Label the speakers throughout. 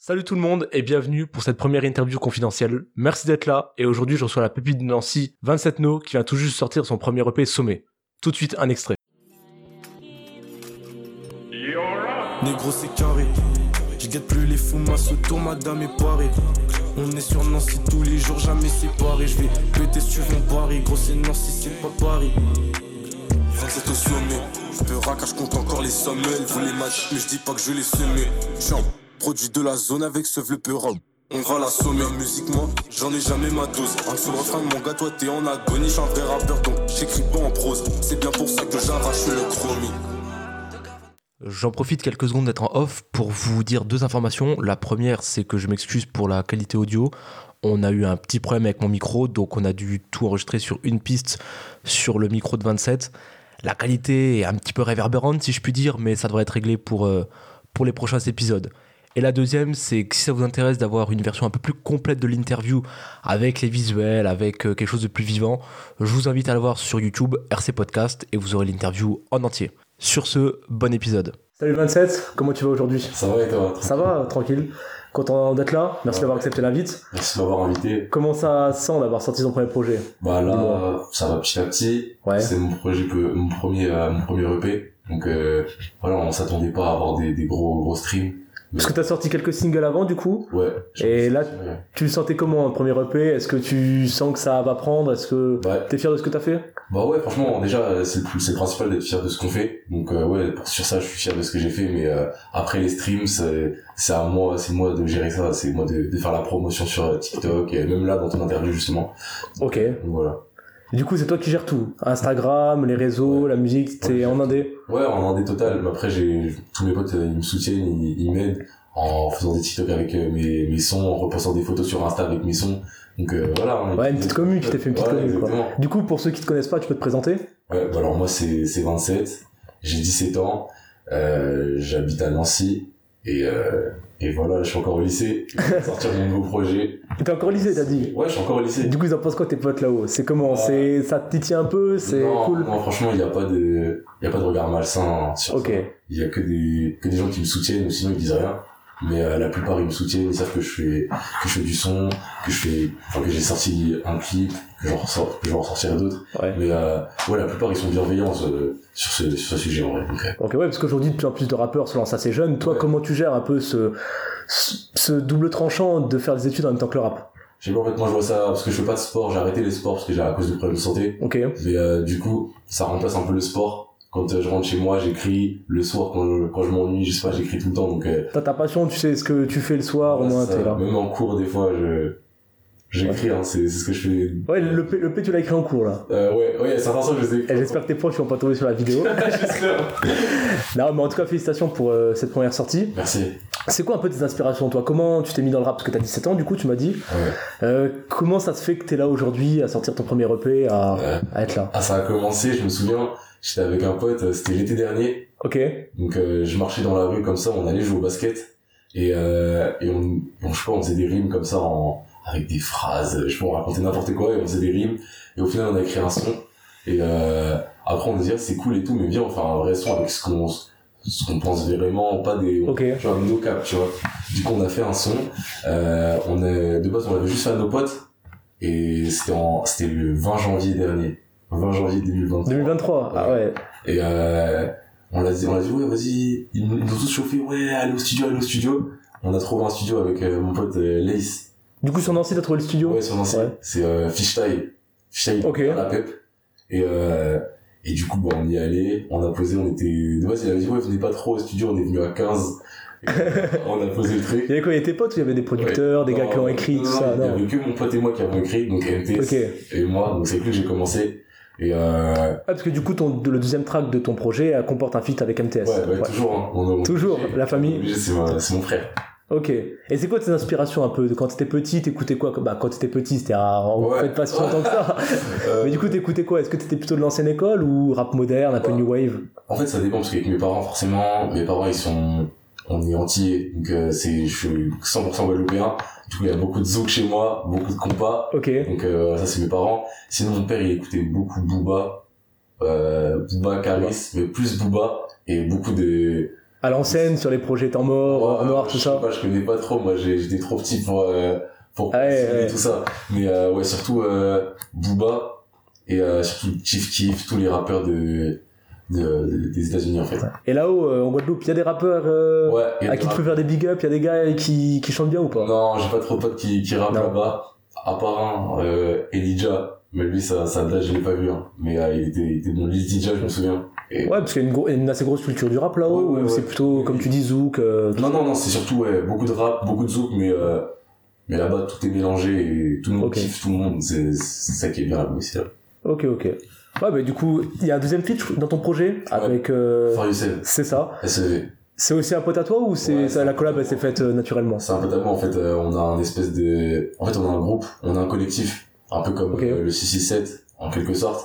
Speaker 1: Salut tout le monde et bienvenue pour cette première interview confidentielle. Merci d'être là et aujourd'hui je reçois la pépite de Nancy 27 No qui vient tout juste sortir son premier EP Sommet. Tout de suite un extrait.
Speaker 2: Négro c'est carré, je guette plus les fous, ma ce tour madame est parée. On est sur Nancy tous les jours, jamais séparés. Je vais péter sur mon pari, gros c'est Nancy, c'est pas Paris. 27 au sommet, je peux raccroche compte encore les sommets. Elle voulait les matchs, mais je dis pas que je les semais. Champ, produit de la zone avec ce vleu rhum. On va l'assommer musiquement, j'en ai jamais ma dose. Un seul refrain, mon gars, toi t'es en agonie, j'suis un vrai rappeur donc j'écris pas en prose. C'est bien pour ça que j'arrache le chromie.
Speaker 3: J'en profite quelques secondes d'être en off pour vous dire deux informations. La première, c'est que je m'excuse pour la qualité audio. On a eu un petit problème avec mon micro, donc on a dû tout enregistrer sur une piste sur le micro de 27. La qualité est un petit peu réverbérante, si je puis dire, mais ça devrait être réglé pour, euh, pour les prochains épisodes. Et la deuxième, c'est que si ça vous intéresse d'avoir une version un peu plus complète de l'interview, avec les visuels, avec euh, quelque chose de plus vivant, je vous invite à la voir sur YouTube, RC Podcast, et vous aurez l'interview en entier. Sur ce, bon épisode.
Speaker 1: Salut 27, comment tu vas aujourd'hui
Speaker 4: Ça va et toi
Speaker 1: Ça va, tranquille. Content d'être là, merci
Speaker 4: Ouais.
Speaker 1: d'avoir accepté l'invite.
Speaker 4: Merci de m'avoir invité.
Speaker 1: Comment ça sent d'avoir sorti son premier projet
Speaker 4: Bah là,
Speaker 1: Dis-moi.
Speaker 4: ça va petit à petit.
Speaker 1: Ouais.
Speaker 4: C'est mon projet, que- mon premier, euh, mon premier EP. Donc euh, voilà, on s'attendait pas à avoir des, des gros gros streams.
Speaker 1: Parce que t'as sorti quelques singles avant du coup.
Speaker 4: Ouais. je
Speaker 1: Et
Speaker 4: pense que
Speaker 1: là-
Speaker 4: c'est- ouais.
Speaker 1: Tu le sentais comment le premier EP Est-ce que tu sens que ça va prendre Est-ce que
Speaker 4: Bah,
Speaker 1: t'es fier de ce que t'as fait
Speaker 4: bah ouais, franchement, déjà euh, c'est le, plus- c'est le principal d'être fier de ce qu'on fait. Donc euh, ouais, pour- sur ça, je suis fier de ce que j'ai fait. Mais euh, après les streams, c'est c'est à moi, c'est moi de gérer ça, c'est moi de, de faire la promotion sur euh, TikTok, et même là dans ton interview justement.
Speaker 1: Ok.
Speaker 4: Donc voilà.
Speaker 1: Du coup, c'est toi qui gères tout. Instagram, les réseaux,
Speaker 4: Ouais.
Speaker 1: la musique, t'es
Speaker 4: Ouais,
Speaker 1: en indé.
Speaker 4: Ouais, en indé total. Mais après, j'ai tous mes potes, euh, ils me soutiennent, ils, ils m'aident en faisant des TikTok avec euh, mes, mes sons, en repostant des photos sur Insta avec mes sons. Donc euh, voilà. on est-
Speaker 1: Ouais, une petite commune, tu t'es fait une petite
Speaker 4: Ouais,
Speaker 1: commune, quoi.
Speaker 4: Exactement.
Speaker 1: Du coup, pour ceux qui te connaissent pas, tu peux te présenter
Speaker 4: Ouais, bah alors moi, c'est c'est 27, j'ai 17 ans, euh, j'habite à Nancy et, euh, et voilà, je suis encore au lycée, je vais sortir mon nouveau projet.
Speaker 1: T'es encore au lycée, t'as dit
Speaker 4: Ouais, je suis encore au lycée.
Speaker 1: Du coup, ils en pensent quoi tes potes là-haut C'est comment
Speaker 4: Ouais.
Speaker 1: C'est Ça te titille un peu C'est
Speaker 4: Non,
Speaker 1: cool
Speaker 4: Non, franchement, il n'y a pas de, il y a pas de regard malsain sur
Speaker 1: Ok.
Speaker 4: ça. Il y a que des, que des gens qui me soutiennent ou sinon ils disent rien. Mais euh, la plupart ils me soutiennent, ils savent que je fais, que je fais du son, que je fais, enfin que j'ai sorti un clip, que j'en ressors, que j'en ressortirai d'autres.
Speaker 1: Ouais.
Speaker 4: Mais euh, ouais, la plupart ils sont bienveillants euh, sur ce, sur ce sujet en vrai. Donc, euh,
Speaker 1: Ok, ouais, parce qu'aujourd'hui, de plus en plus de rappeurs se lancent assez jeunes. Toi,
Speaker 4: Ouais.
Speaker 1: comment tu gères un peu ce, ce ce double tranchant de faire des études en même temps que le rap
Speaker 4: j'ai pas en fait, moi je vois ça parce que je fais pas de sport, j'ai arrêté les sports parce que j'ai à cause de problèmes de santé.
Speaker 1: Ok.
Speaker 4: Mais euh, du coup, ça remplace un peu le sport. Quand euh, je rentre chez moi, j'écris. Le soir, quand, quand je m'ennuie, je sais pas, j'écris tout le temps. Donc euh,
Speaker 1: T'as ta passion, tu sais ce que tu fais le soir, Ah, au
Speaker 4: Ouais,
Speaker 1: moins
Speaker 4: ça,
Speaker 1: t'es là.
Speaker 4: Même en cours, des fois, je j'écris, hein, c'est c'est ce que je fais.
Speaker 1: Ouais, le P, le P, tu l'as écrit en cours là.
Speaker 4: Euh, ouais, ouais, il y a certains sons que je les ai
Speaker 1: Et j'espère que tes proches vont pas tomber sur la vidéo.
Speaker 4: J'espère.
Speaker 1: non, mais en tout cas, félicitations pour euh, cette première sortie.
Speaker 4: Merci.
Speaker 1: C'est quoi un peu tes inspirations, toi Comment tu t'es mis dans le rap Parce que t'as 17 ans, du coup, tu m'as dit.
Speaker 4: Ouais.
Speaker 1: Euh, comment ça se fait que t'es là aujourd'hui à sortir ton premier EP, à,
Speaker 4: Ouais.
Speaker 1: à être là
Speaker 4: Ah, ça a commencé, je me souviens, j'étais avec un pote, euh, c'était l'été dernier.
Speaker 1: Ok.
Speaker 4: Donc, euh, je marchais dans la rue comme ça, on allait jouer au basket. Et, euh, et on, on, je sais pas, on faisait des rimes comme ça en, avec des phrases, je sais pas, on racontait n'importe quoi et on faisait des rimes. Et au final, on a écrit un son. Et euh, après, on nous disait, c'est cool et tout, mais viens, on fait un vrai son avec ce qu'on ce qu'on pense vraiment, pas des,
Speaker 1: Ok.
Speaker 4: tu vois, no cap, tu vois. Du coup, on a fait un son. Euh, on est, de base, on l'avait juste fait à nos potes. Et c'était en, c'était le 20 janvier dernier. 20 janvier 2020.
Speaker 1: 2023. Ah ouais.
Speaker 4: Et, euh, on l'a dit, on l'a dit, ouais, vas-y. Ils nous ils nous ont tous chauffé, ouais, allez au studio, allez au studio. On a trouvé un studio avec euh, mon pote euh, Lace.
Speaker 1: Du coup, sur Nancy, t'as trouvé le studio
Speaker 4: Ouais, sur Nancy.
Speaker 1: Ouais.
Speaker 4: C'est euh, Fishtail. Fishtail,
Speaker 1: Ok.
Speaker 4: à la pep. Et, euh, et du coup, bah, on y allait, on a posé, on était, de base, il avait dit, ouais, venez pas trop au studio, on est venu à 15. Et, euh, on a posé le truc.
Speaker 1: Il y avait quoi Il y avait tes potes ou il y avait des producteurs, des gars qui ont écrit,
Speaker 4: Non,
Speaker 1: tout
Speaker 4: non,
Speaker 1: ça
Speaker 4: Il y
Speaker 1: Non.
Speaker 4: avait que mon pote et moi qui avons écrit, donc MTS
Speaker 1: Ok. Ouais,
Speaker 4: et moi, donc c'est avec lui que j'ai commencé. Et euh,
Speaker 1: Ah, parce que du coup, ton, le deuxième track de ton projet euh, comporte un feat avec MTS.
Speaker 4: ouais, bah,
Speaker 1: Ouais.
Speaker 4: toujours, hein, on, on-
Speaker 1: Toujours, la famille.
Speaker 4: Obligé, c'est ma- c'est mon frère.
Speaker 1: Ok. Et c'est quoi tes inspirations un peu Quand t'étais petit, t'écoutais quoi Bah, quand t'étais petit, c'était ah, on
Speaker 4: Ouais.
Speaker 1: fait pas si longtemps que ça.
Speaker 4: Euh,
Speaker 1: Mais du coup, t'écoutais quoi Est-ce que t'étais plutôt de l'ancienne école ou rap moderne, un peu
Speaker 4: Ouais.
Speaker 1: new wave
Speaker 4: en fait, ça dépend parce qu'avec mes parents, forcément, mes parents ils sont, on est entier, donc euh, c'est, je suis 100% guadeloupéen. Du coup, il y a beaucoup de zouk chez moi, beaucoup de compas.
Speaker 1: Ok.
Speaker 4: Donc euh, ça c'est mes parents. Sinon mon père il écoutait beaucoup Booba, euh, Booba Caris, mais plus Booba et beaucoup de
Speaker 1: à l'ancienne sur les projets temps mort, en
Speaker 4: Ouais,
Speaker 1: noir,
Speaker 4: je
Speaker 1: tout
Speaker 4: sais
Speaker 1: ça.
Speaker 4: Pas, je connais pas trop, moi j'ai- j'étais trop petit pour, euh, pour
Speaker 1: Ah ouais,
Speaker 4: consommer
Speaker 1: ouais.
Speaker 4: tout ça. Mais euh, ouais, surtout euh, Booba et euh, surtout Chief Keef, tous les rappeurs de, de- des États-Unis en fait.
Speaker 1: Et là-haut, euh, en Guadeloupe, il y a des rappeurs euh,
Speaker 4: Ouais, il y a
Speaker 1: à
Speaker 4: des
Speaker 1: qui tu peux
Speaker 4: rappeurs-
Speaker 1: faire des big up, il y a des gars qui, qui chantent bien ou pas
Speaker 4: Non, j'ai pas trop de potes qui, qui rappent
Speaker 1: Non.
Speaker 4: là-bas, à part un, euh, Elijah. Mais lui, ça, ça date, je l'ai pas vu. hein. Mais euh, il, était, il était dans l'île Elijah, je me souviens. Et-
Speaker 1: Ouais, parce qu'il y a une, gro- une assez grosse culture du rap là-haut,
Speaker 4: Ouais, ouais,
Speaker 1: où
Speaker 4: ouais.
Speaker 1: c'est plutôt, comme tu dis, zouk. euh,
Speaker 4: Non, non, non, c'est surtout ouais, beaucoup de rap, beaucoup de zouk, mais, euh, mais là-bas, tout est mélangé et tout le monde
Speaker 1: Ok.
Speaker 4: kiffe tout le monde. C'est c'est ça qui est bien là-bas aussi. Là.
Speaker 1: Ok, ok. Ouais, bah du coup, il y a un deuxième feat dans ton projet avec. euh,
Speaker 4: For Yourself,
Speaker 1: c'est ça.
Speaker 4: SEV.
Speaker 1: C'est aussi un pote à toi ou c'est
Speaker 4: Ouais,
Speaker 1: ça,
Speaker 4: c'est
Speaker 1: la
Speaker 4: un
Speaker 1: collab
Speaker 4: pote.
Speaker 1: elle s'est faite euh, naturellement
Speaker 4: C'est un peu à moi, en fait. euh, on a un espèce de. En fait, on a un groupe, on a un collectif, un peu comme
Speaker 1: Ok.
Speaker 4: euh, le 667, en quelque sorte.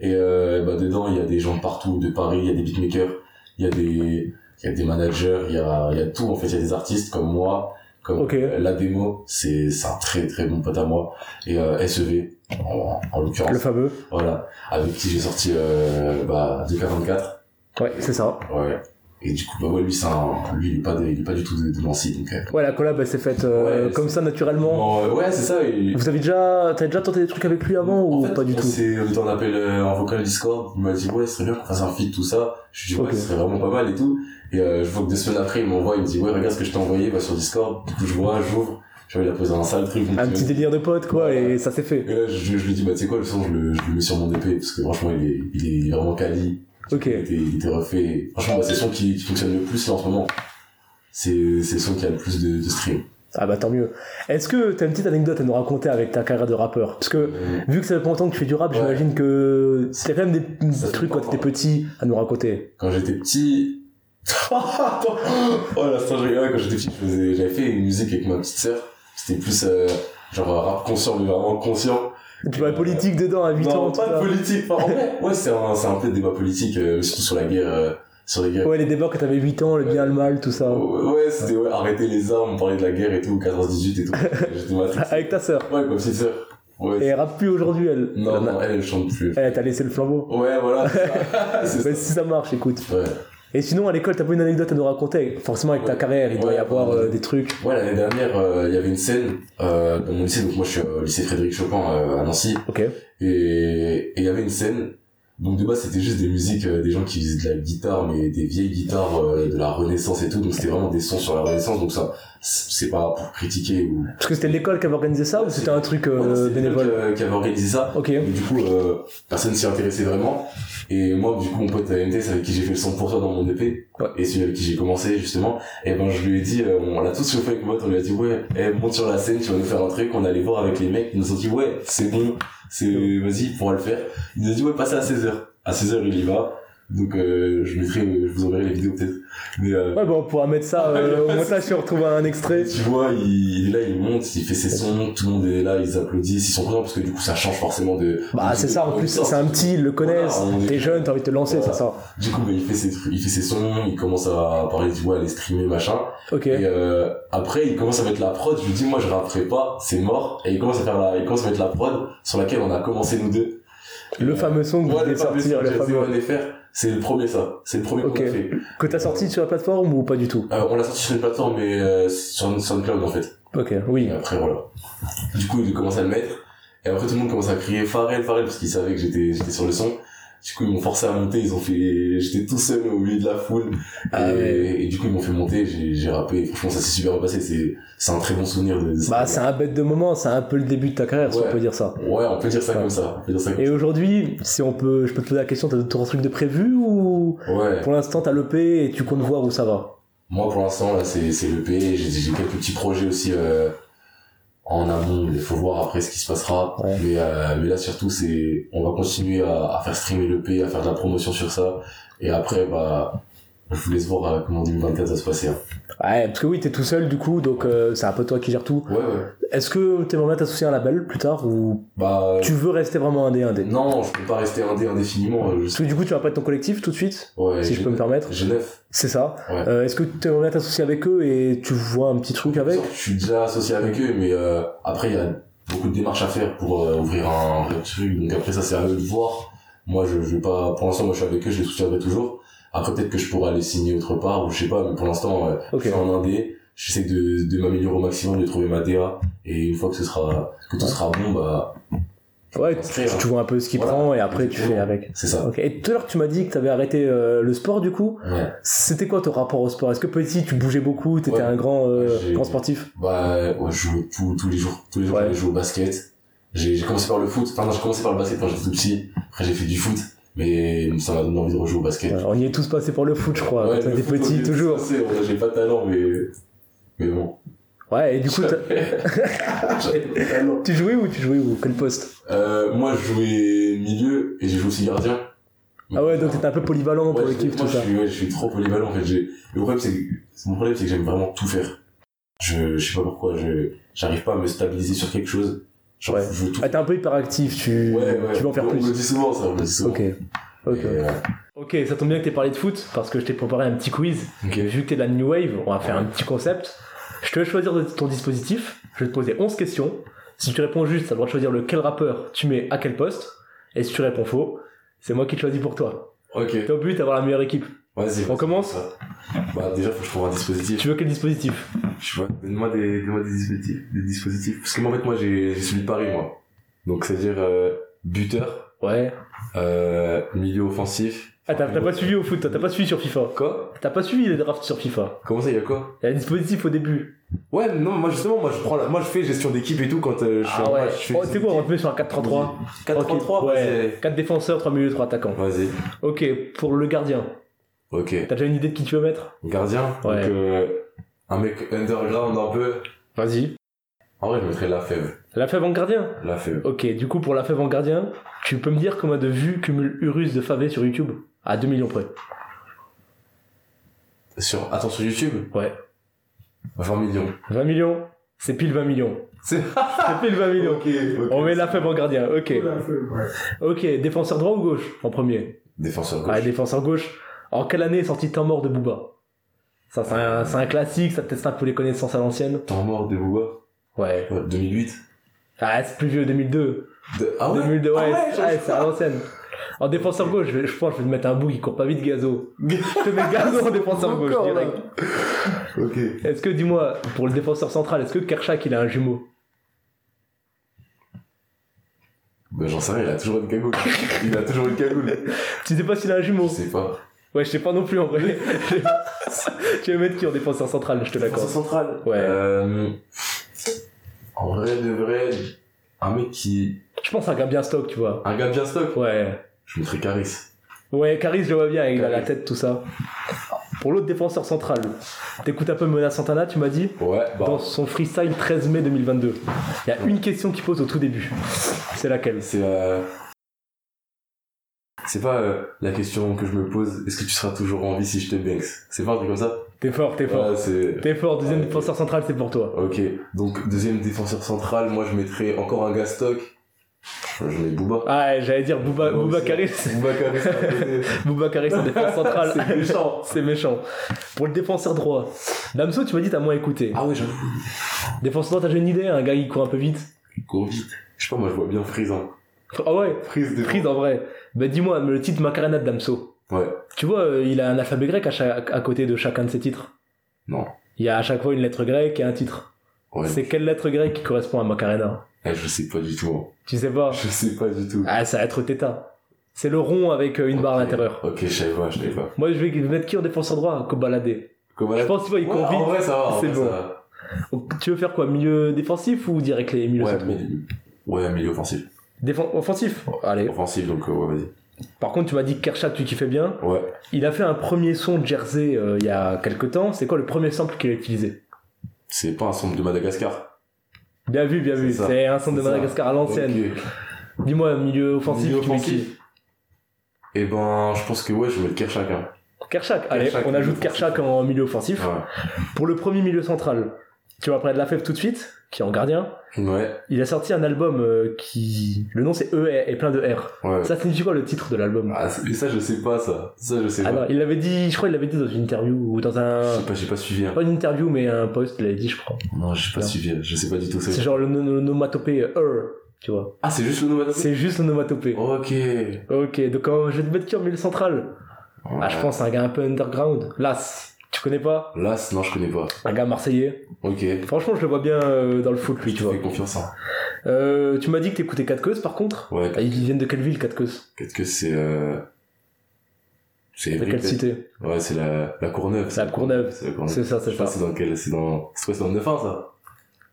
Speaker 4: Et euh, bah, dedans, il y a des gens de partout, de Paris, il y a des beatmakers, il y a des, il y a des managers, il y a, il y a tout, en fait. Il y a des artistes comme moi, comme
Speaker 1: Ok.
Speaker 4: euh, La Démo, c'est c'est un très très bon pote à moi. Et euh, SEV, en, en l'occurrence.
Speaker 1: Le fameux.
Speaker 4: Voilà, avec qui j'ai sorti euh, bah, 244.
Speaker 1: Ouais, c'est ça.
Speaker 4: Ouais. Et du coup, bah ouais, lui, c'est un... lui il, est pas de- il est pas du tout de, de Nancy. Donc, euh,
Speaker 1: Ouais, la collab elle s'est faite euh,
Speaker 4: Ouais,
Speaker 1: comme ça naturellement.
Speaker 4: bon, euh, ouais, c'est ça. il-
Speaker 1: Vous avez déjà, t'as déjà tenté des trucs avec lui avant ou
Speaker 4: En fait,
Speaker 1: pas du
Speaker 4: on
Speaker 1: tout
Speaker 4: s'est- On était en appel euh, en vocal Discord. Il m'a dit, ouais, ce serait bien qu'on fasse un feed, tout ça. Je lui ai dit, ouais,
Speaker 1: Ok.
Speaker 4: ce serait vraiment pas mal et tout. Et euh, je vois que deux semaines après, il m'envoie, il me dit, ouais, regarde ce que je t'ai envoyé, va sur Discord. Du coup, je vois, j'ouvre. Je vais la poser un sale truc.
Speaker 1: Un petit délire de pote quoi
Speaker 4: Ouais.
Speaker 1: et ça s'est fait.
Speaker 4: Et là, je, je lui dis, bah, tu sais quoi, le son, je le, je le mets sur mon EP, parce que franchement, il est, il est, il est vraiment quali.
Speaker 1: Ok.
Speaker 4: Il était, il était refait. Franchement, bah, c'est le son qui, qui fonctionne le plus là, en ce moment. C'est c'est le son qui a le plus de, de stream.
Speaker 1: Ah bah tant mieux. Est-ce que t'as une petite anecdote à nous raconter avec ta carrière de rappeur Parce que vu que ça fait pas longtemps que tu fais du rap,
Speaker 4: Ouais.
Speaker 1: j'imagine que c'est quand même des
Speaker 4: Ça fait
Speaker 1: trucs quand
Speaker 4: pas
Speaker 1: t'étais
Speaker 4: longtemps.
Speaker 1: petit à nous raconter.
Speaker 4: Quand j'étais petit. Attends. Oh là, ça, je rigole. Quand j'étais petit, je faisais- j'avais fait une musique avec ma petite sœur. C'était plus euh, genre rap conscient, mais vraiment conscient.
Speaker 1: Tu vois la politique dedans à 8
Speaker 4: non,
Speaker 1: ans. tout
Speaker 4: pas de
Speaker 1: ça.
Speaker 4: politique. par ouais, c'est un, c'est un peu débat politique, euh, surtout sur la guerre. euh, sur les guerres
Speaker 1: Ouais, les débats quand t'avais 8 ans, le bien, le mal, tout ça.
Speaker 4: Ouais, c'était ouais, arrêter les armes, on parlait de la guerre et tout, 14-18 et tout. J'étais ma petite-
Speaker 1: Avec ta sœur.
Speaker 4: Ouais, comme petite sœur. Ouais.
Speaker 1: Et euh, elle rappe plus aujourd'hui, elle.
Speaker 4: Non,
Speaker 1: Elle en a-
Speaker 4: non, elle, elle chante plus.
Speaker 1: Elle t'a laissé le flambeau.
Speaker 4: Ouais, voilà, c'est ça.
Speaker 1: Mais
Speaker 4: C'est
Speaker 1: si ça marche, écoute.
Speaker 4: ça. Ouais.
Speaker 1: Et sinon, à l'école, t'as pas une anecdote à nous raconter Forcément, avec ta
Speaker 4: Ouais.
Speaker 1: carrière, il doit
Speaker 4: Ouais,
Speaker 1: y avoir
Speaker 4: ouais.
Speaker 1: euh, des trucs.
Speaker 4: Ouais, l'année dernière, euh, il y avait une scène euh, dans mon lycée, donc moi je suis au lycée Frédéric Chopin euh, à Nancy,
Speaker 1: Ok.
Speaker 4: et et il y avait une scène. Donc de base, c'était juste des musiques, euh, des gens qui faisaient de la guitare, mais des vieilles guitares euh, de la Renaissance et tout, donc c'était vraiment des sons sur la Renaissance, donc ça, c'est pas pour critiquer ou...
Speaker 1: Parce que c'était l'école qui avait organisé ça ou c'était un truc euh,
Speaker 4: Ouais, non, c'était
Speaker 1: bénévole
Speaker 4: quelqu'un, euh, qui avait organisé ça,
Speaker 1: Ok.
Speaker 4: Et du coup, euh, personne s'y intéressait vraiment. Et moi, du coup, mon pote AMT, c'est avec qui j'ai fait le 100% dans mon EP.
Speaker 1: Ouais.
Speaker 4: Et celui avec qui j'ai commencé, justement. Et ben, je lui ai dit, euh, on l'a tous chauffé avec mon pote, on lui a dit, ouais, eh, monte sur la scène, tu vas nous faire un truc. On allait voir avec les mecs, ils nous ont dit, ouais, c'est bon, c'est, vas-y, il pourra le faire. Il nous a dit, ouais, passez à 16h. À 16h, il y va. Donc, euh, je mettrai, je vous enverrai les vidéos peut-être. Mais, euh,
Speaker 1: Ouais, bon, on pourra mettre ça. euh, au
Speaker 4: Ouais,
Speaker 1: moins, là, si on retrouve un extrait.
Speaker 4: tu vois, il, il est là, il monte, il fait ses sons, tout le monde est là, ils applaudissent, ils sont contents parce que du coup, ça change forcément de.
Speaker 1: Bah,
Speaker 4: de-
Speaker 1: c'est ça, en
Speaker 4: de-
Speaker 1: plus, c'est un petit, ils le connaissent.
Speaker 4: Voilà, on est-
Speaker 1: T'es jeune, t'as envie de te lancer,
Speaker 4: Voilà.
Speaker 1: ça sort.
Speaker 4: Du coup, bah, il fait ses trucs, il fait ses sons, il commence à parler du ouais, les streamer, machin.
Speaker 1: Ok.
Speaker 4: Et euh, après, il commence à mettre la prod. Je lui dis, moi, je rapperai pas, c'est mort. Et il commence à faire la, il commence à mettre la prod sur laquelle on a commencé nous deux.
Speaker 1: le
Speaker 4: euh,
Speaker 1: fameux son que vous
Speaker 4: Ouais,
Speaker 1: voulez
Speaker 4: le fameux
Speaker 1: sortir,
Speaker 4: son
Speaker 1: le
Speaker 4: que j'ai
Speaker 1: fameux.
Speaker 4: dit, ouais, faire. C'est le premier, ça. C'est le premier
Speaker 1: Ok.
Speaker 4: qu'on a fait.
Speaker 1: Que t'as sorti sur la plateforme ou pas du tout
Speaker 4: Euh, on l'a sorti sur une plateforme, mais euh, sur une SoundCloud, en fait.
Speaker 1: Ok, oui.
Speaker 4: Et après, voilà. Du coup, il commence à le mettre. Et après, tout le monde commence à crier Farel, Farel, parce qu'ils savaient que j'étais, j'étais sur le son. Du coup, ils m'ont forcé à monter. Ils ont fait, j'étais tout seul au milieu de la foule.
Speaker 1: Ah
Speaker 4: et,
Speaker 1: ouais.
Speaker 4: et du coup, ils m'ont fait monter, j'ai j'ai rappé. Franchement, ça s'est super bien passé. C'est c'est un très bon souvenir de, de ça.
Speaker 1: Bah, c'est un bête de moment, c'est un peu le début de ta carrière, si
Speaker 4: Ouais.
Speaker 1: on peut dire ça.
Speaker 4: Ouais, on peut dire ça
Speaker 1: Ouais.
Speaker 4: comme ça. On peut dire ça comme
Speaker 1: Et aujourd'hui, si on peut, je peux te poser la question, t'as d'autres trucs de prévu ou
Speaker 4: ça. Ouais.
Speaker 1: pour l'instant t'as l'EP et tu comptes voir où ça va
Speaker 4: Moi, pour l'instant, là, c'est c'est l'EP. J'ai j'ai quelques petits projets aussi euh, en amont. Il faut voir après ce qui se passera.
Speaker 1: Ouais.
Speaker 4: Mais, euh, mais là, surtout, c'est on va continuer à, à faire streamer l'EP, à faire de la promotion sur ça. Et après, bah, je vous laisse voir euh, comment 2024 va se passer. hein.
Speaker 1: Ouais, parce que oui, t'es tout seul du coup, donc euh, c'est un peu toi qui gères tout.
Speaker 4: Ouais, ouais.
Speaker 1: Est-ce que t'aimerais bien t'associer à un label plus tard ou
Speaker 4: Bah,
Speaker 1: tu veux rester vraiment indé indé
Speaker 4: non, je peux pas rester indé indéfiniment. euh,
Speaker 1: Parce
Speaker 4: Je...
Speaker 1: que du coup, tu vas pas être ton collectif tout de suite,
Speaker 4: Ouais,
Speaker 1: si je peux me permettre.
Speaker 4: Genève.
Speaker 1: C'est ça.
Speaker 4: Ouais.
Speaker 1: Euh, Est-ce que t'aimerais bien t'associer avec eux et tu vois un petit truc avec
Speaker 4: Je suis déjà associé avec eux, mais euh, après, il y a beaucoup de démarches à faire pour euh, ouvrir un vrai truc. Donc après, ça, c'est à eux de voir. Moi, je, je vais pas, pour l'instant, moi, je suis avec eux, je les soutiendrai toujours. Après, peut-être que je pourrais aller signer autre part, ou je sais pas, mais pour l'instant, euh,
Speaker 1: Ok.
Speaker 4: je suis en indé. J'essaie de, de m'améliorer au maximum, de trouver ma DA. Et une fois que ce sera, que tout sera bon, bah,
Speaker 1: Ouais, tu, tu vois un peu ce qu'il
Speaker 4: Voilà.
Speaker 1: prend et après tu fais avec.
Speaker 4: c'est ça.
Speaker 1: Ok. Et tout à l'heure, tu m'as dit que tu avais arrêté euh, le sport, du coup.
Speaker 4: Ouais.
Speaker 1: C'était quoi ton rapport au sport Est-ce que petit, tu bougeais beaucoup T'étais
Speaker 4: Ouais.
Speaker 1: un grand, euh,
Speaker 4: J'ai-
Speaker 1: grand sportif
Speaker 4: Bah, ouais, je jouais tout- tous les jours. Tous les jours,
Speaker 1: Ouais.
Speaker 4: je jouais au basket. J'ai j'ai commencé par le foot. Enfin, non, j'ai commencé par le basket quand j'étais tout petit. Après, j'ai fait du foot. Mais ça m'a donné envie de rejouer au basket.
Speaker 1: Ouais, Euh, On y est tous passés pour le foot, je crois.
Speaker 4: Ouais,
Speaker 1: Quand
Speaker 4: le
Speaker 1: on était
Speaker 4: foot,
Speaker 1: petits,
Speaker 4: on est-
Speaker 1: toujours.
Speaker 4: c'est- on- J'ai pas de talent, mais, mais bon.
Speaker 1: Ouais, et du coup, t'as-
Speaker 4: J'avais pas de talent.
Speaker 1: tu jouais où Tu jouais où Quel poste
Speaker 4: Euh, moi, je jouais milieu et j'ai joué aussi gardien.
Speaker 1: Ah ouais, donc t'étais un peu polyvalent
Speaker 4: Ouais,
Speaker 1: pour
Speaker 4: je-
Speaker 1: l'équipe,
Speaker 4: moi,
Speaker 1: tout
Speaker 4: je
Speaker 1: ça.
Speaker 4: suis, ouais, je suis trop polyvalent en fait. J'ai- Le problème, c'est que mon problème, c'est que j'aime vraiment tout faire. Je, je sais pas pourquoi. Je j'arrive pas à me stabiliser sur quelque chose. Genre,
Speaker 1: Ouais.
Speaker 4: je veux tout.
Speaker 1: Ah, t'es un peu hyperactif, tu,
Speaker 4: Ouais, ouais.
Speaker 1: tu veux en faire
Speaker 4: on
Speaker 1: plus.
Speaker 4: me le dit souvent, ça. On me le dit souvent.
Speaker 1: Ok.
Speaker 4: Et,
Speaker 1: Ok.
Speaker 4: euh,
Speaker 1: Ok, ça tombe bien que t'aies parlé de foot parce que je t'ai préparé un petit quiz.
Speaker 4: Ok.
Speaker 1: Et vu que t'es de la New Wave, on va faire un petit concept. Je te vais choisir ton dispositif. Je vais te poser 11 questions. Si tu réponds juste, t'as le droit de choisir lequel rappeur tu mets à quel poste. Et si tu réponds faux, c'est moi qui te choisis pour toi.
Speaker 4: Ok.
Speaker 1: Ton but, d'avoir la meilleure équipe.
Speaker 4: Vas-y.
Speaker 1: On commence
Speaker 4: ça. Bah, déjà, faut que je trouve un dispositif.
Speaker 1: Tu veux quel dispositif
Speaker 4: Je vois. Donne-moi des, donne-moi des dispositifs, des dispositifs. Parce que moi, en fait, moi, j'ai, j'ai celui de Paris, moi. Donc, c'est-à-dire euh, buteur,
Speaker 1: Ouais.
Speaker 4: euh, milieu offensif.
Speaker 1: Ah, t'as t'as pas suivi au foot, toi, t'as pas suivi sur FIFA.
Speaker 4: Quoi
Speaker 1: T'as pas suivi les drafts sur FIFA.
Speaker 4: Comment ça, il y a quoi
Speaker 1: Il y a un dispositif au début.
Speaker 4: Ouais, non, moi justement, moi je prends la... moi je fais gestion d'équipe et tout quand euh, je suis
Speaker 1: Ah
Speaker 4: en
Speaker 1: ouais.
Speaker 4: match, je fais
Speaker 1: Oh, tu sais
Speaker 4: gestion
Speaker 1: quoi, on va te
Speaker 4: d'équipe.
Speaker 1: mettre sur un 4-3-3.
Speaker 4: 4-3-3,
Speaker 1: ouais. 4 défenseurs, 3 milieux, 3 attaquants.
Speaker 4: vas-y. Vas-y.
Speaker 1: Ok, pour le gardien.
Speaker 4: Ok.
Speaker 1: T'as déjà une idée de qui tu veux mettre
Speaker 4: Gardien,
Speaker 1: Ouais.
Speaker 4: donc euh, un mec underground un peu.
Speaker 1: Vas-y.
Speaker 4: En vrai, je mettrais la fève.
Speaker 1: La fève en gardien
Speaker 4: La fève.
Speaker 1: Ok, du coup, pour la fève en gardien, tu peux me dire combien de vues cumule Urus de Favé sur YouTube À 2 millions près.
Speaker 4: Sur... Attends, sur YouTube
Speaker 1: Ouais.
Speaker 4: 20 millions.
Speaker 1: 20 millions C'est pile 20 millions.
Speaker 4: C'est
Speaker 1: C'est pile 20 millions.
Speaker 4: ok.
Speaker 1: On met la fève en gardien, ok. Ok, défenseur droit ou gauche en premier
Speaker 4: Défenseur gauche.
Speaker 1: Ouais, défenseur gauche. En quelle année est sorti Temps mort de Booba Ça, c'est un, c'est un classique, ça teste un peu les connaissances à l'ancienne.
Speaker 4: Temps mort de Bouba.
Speaker 1: Ouais.
Speaker 4: Euh, 2008.
Speaker 1: Ah, c'est plus vieux, 2002.
Speaker 4: De- Ah ouais
Speaker 1: 2002, ouais,
Speaker 4: Ah
Speaker 1: c'est- ouais, c'est à l'ancienne. En défenseur gauche, je, vais- je pense que je vais te mettre un bout qui court pas vite, Gazo. Je te mets Gazo en défenseur gauche,
Speaker 4: Encore,
Speaker 1: direct.
Speaker 4: Ok.
Speaker 1: Est-ce que, dis-moi, pour le défenseur central, est-ce que Kershak, il a un jumeau
Speaker 4: Bah, j'en sais rien, il a toujours une cagoule. Il a toujours une cagoule.
Speaker 1: Tu sais pas s'il a un
Speaker 4: Je
Speaker 1: jumeau
Speaker 4: sais pas.
Speaker 1: Ouais, je sais pas non plus, en vrai. tu vas mettre qui en défenseur central, je te
Speaker 4: Défenseur
Speaker 1: l'accorde.
Speaker 4: central.
Speaker 1: Ouais.
Speaker 4: Euh, en vrai de vrai, un mec qui.
Speaker 1: Je pense à un gars bien stock, tu vois.
Speaker 4: Un gars bien stock.
Speaker 1: Ouais.
Speaker 4: Je mettrais Caris.
Speaker 1: Ouais, Caris, je le vois bien, il a la
Speaker 4: Caris.
Speaker 1: tête, tout ça. Pour l'autre défenseur central, t'écoutes un peu Mona Santana, tu m'as dit
Speaker 4: Ouais,
Speaker 1: Dans
Speaker 4: bah.
Speaker 1: son freestyle 13 mai 2022, il y a une question qu'il pose au tout début. C'est laquelle
Speaker 4: C'est. euh, C'est pas euh, la question que je me pose, est-ce que tu seras toujours en vie si je te banks C'est pas un truc comme ça
Speaker 1: T'es fort, t'es fort.
Speaker 4: Ouais, c'est.
Speaker 1: T'es fort, deuxième
Speaker 4: Ouais.
Speaker 1: défenseur central, c'est pour toi.
Speaker 4: Ok, donc deuxième défenseur central, moi je mettrais encore un gars stock. Je mets Booba.
Speaker 1: Ah, ouais, j'allais dire Bouba,
Speaker 4: Moi
Speaker 1: Bouba
Speaker 4: aussi.
Speaker 1: Caris.
Speaker 4: Booba Caris à côté.
Speaker 1: Bouba Caris en défense centrale.
Speaker 4: C'est méchant.
Speaker 1: C'est méchant. Pour le défenseur droit, Damso, tu m'as dit t'as moins écouté.
Speaker 4: Ah ouais, j'avoue.
Speaker 1: Défenseur droit, t'as déjà une idée Un gars qui court un peu vite
Speaker 4: Il court vite. Je sais pas, moi je vois bien Freeze. hein.
Speaker 1: Ah ouais
Speaker 4: Freeze de
Speaker 1: Prise en vrai. Bah dis-moi, le titre Macarena de Damso.
Speaker 4: Ouais.
Speaker 1: Tu vois, euh, il a un alphabet grec à, chaque- à côté de chacun de ses titres.
Speaker 4: Non.
Speaker 1: Il y a à chaque fois une lettre grecque et un titre.
Speaker 4: Ouais.
Speaker 1: C'est quelle lettre grecque qui correspond à Macarena
Speaker 4: Eh, je sais pas du tout.
Speaker 1: Tu sais pas
Speaker 4: hein. Je sais pas du tout.
Speaker 1: Ah, ça va être Theta. C'est le rond avec euh, une barre à
Speaker 4: Ok.
Speaker 1: l'intérieur.
Speaker 4: Ok, je savais pas, je savais pas.
Speaker 1: Moi, je vais mettre qui en défenseur droit Kobalade.
Speaker 4: Comment
Speaker 1: Je pense qu'il il
Speaker 4: Ouais,
Speaker 1: court
Speaker 4: En
Speaker 1: vite.
Speaker 4: vrai, ça va. en
Speaker 1: C'est
Speaker 4: vrai,
Speaker 1: bon.
Speaker 4: ça va.
Speaker 1: Donc, Tu veux faire quoi Milieu défensif ou direct les milieux
Speaker 4: Ouais,
Speaker 1: centraux
Speaker 4: milieu... ouais, milieu offensif.
Speaker 1: Défen- Offensif Allez.
Speaker 4: Offensif, donc euh, ouais, vas-y.
Speaker 1: Par contre, tu m'as dit que Kershak, tu kiffais bien.
Speaker 4: Ouais.
Speaker 1: Il a fait un premier son de Jersey euh, il y a quelques temps. C'est quoi le premier sample qu'il a utilisé
Speaker 4: C'est pas un sombre de Madagascar.
Speaker 1: Bien vu, bien
Speaker 4: C'est
Speaker 1: vu.
Speaker 4: ça.
Speaker 1: C'est un centre de
Speaker 4: C'est ça.
Speaker 1: Madagascar à l'ancienne.
Speaker 4: Ok.
Speaker 1: Dis-moi, milieu offensif,
Speaker 4: Milieu
Speaker 1: tu mets
Speaker 4: offensif.
Speaker 1: qui
Speaker 4: Eh ben, je pense que ouais, je vais le Kershak. Hein.
Speaker 1: Kershak. Allez, on
Speaker 4: Kershak, milieu
Speaker 1: ajoute
Speaker 4: offensif.
Speaker 1: Kershak en milieu offensif.
Speaker 4: Ouais.
Speaker 1: Pour le premier milieu central, tu vas parler de Lafèvre tout de suite, qui est en gardien.
Speaker 4: Ouais.
Speaker 1: Il a sorti un album euh, qui. Le nom c'est E et, et plein de R.
Speaker 4: Ouais.
Speaker 1: Ça signifie quoi le titre de l'album
Speaker 4: Ah, c'est- mais ça, je sais pas, ça. Ça, je sais
Speaker 1: Ah
Speaker 4: pas.
Speaker 1: non, il l'avait dit, je crois il l'avait dit dans une interview ou dans
Speaker 4: Je
Speaker 1: un.
Speaker 4: sais pas, j'ai pas suivi. Hein.
Speaker 1: Pas une interview, mais un post, il l'avait dit, je crois.
Speaker 4: Non, j'ai pas
Speaker 1: Non.
Speaker 4: suivi. Je sais pas du tout. ça.
Speaker 1: C'est genre le no- no- l'onomatopée euh, Er, tu vois.
Speaker 4: Ah, c'est juste le nom de la
Speaker 1: C'est juste l'onomatopée.
Speaker 4: Ok.
Speaker 1: Ok, donc euh, je vais te mettre qui en milieu central Ah, je pense à un gars un peu underground. Las, tu connais pas
Speaker 4: Las, non, je connais pas.
Speaker 1: Un gars marseillais.
Speaker 4: Ok.
Speaker 1: Franchement, je le vois bien euh, dans le foot, lui,
Speaker 4: Je
Speaker 1: tu
Speaker 4: te
Speaker 1: vois.
Speaker 4: fais confiance. Hein.
Speaker 1: Euh, tu m'as dit que t'écoutais 4 queues, par contre
Speaker 4: Ouais,
Speaker 1: Ah, Ils viennent de quelle ville, 4 queues
Speaker 4: peut-être que c'est. Euh... C'est
Speaker 1: De
Speaker 4: Évry,
Speaker 1: quelle
Speaker 4: peut-être.
Speaker 1: cité
Speaker 4: Ouais, c'est la, la Courneuve.
Speaker 1: C'est la Courneuve.
Speaker 4: C'est la Courneuve.
Speaker 1: C'est ça, c'est
Speaker 4: Je sais
Speaker 1: ça.
Speaker 4: pas, c'est dans quel. C'est dans. C'est quoi, c'est dans le 9 ça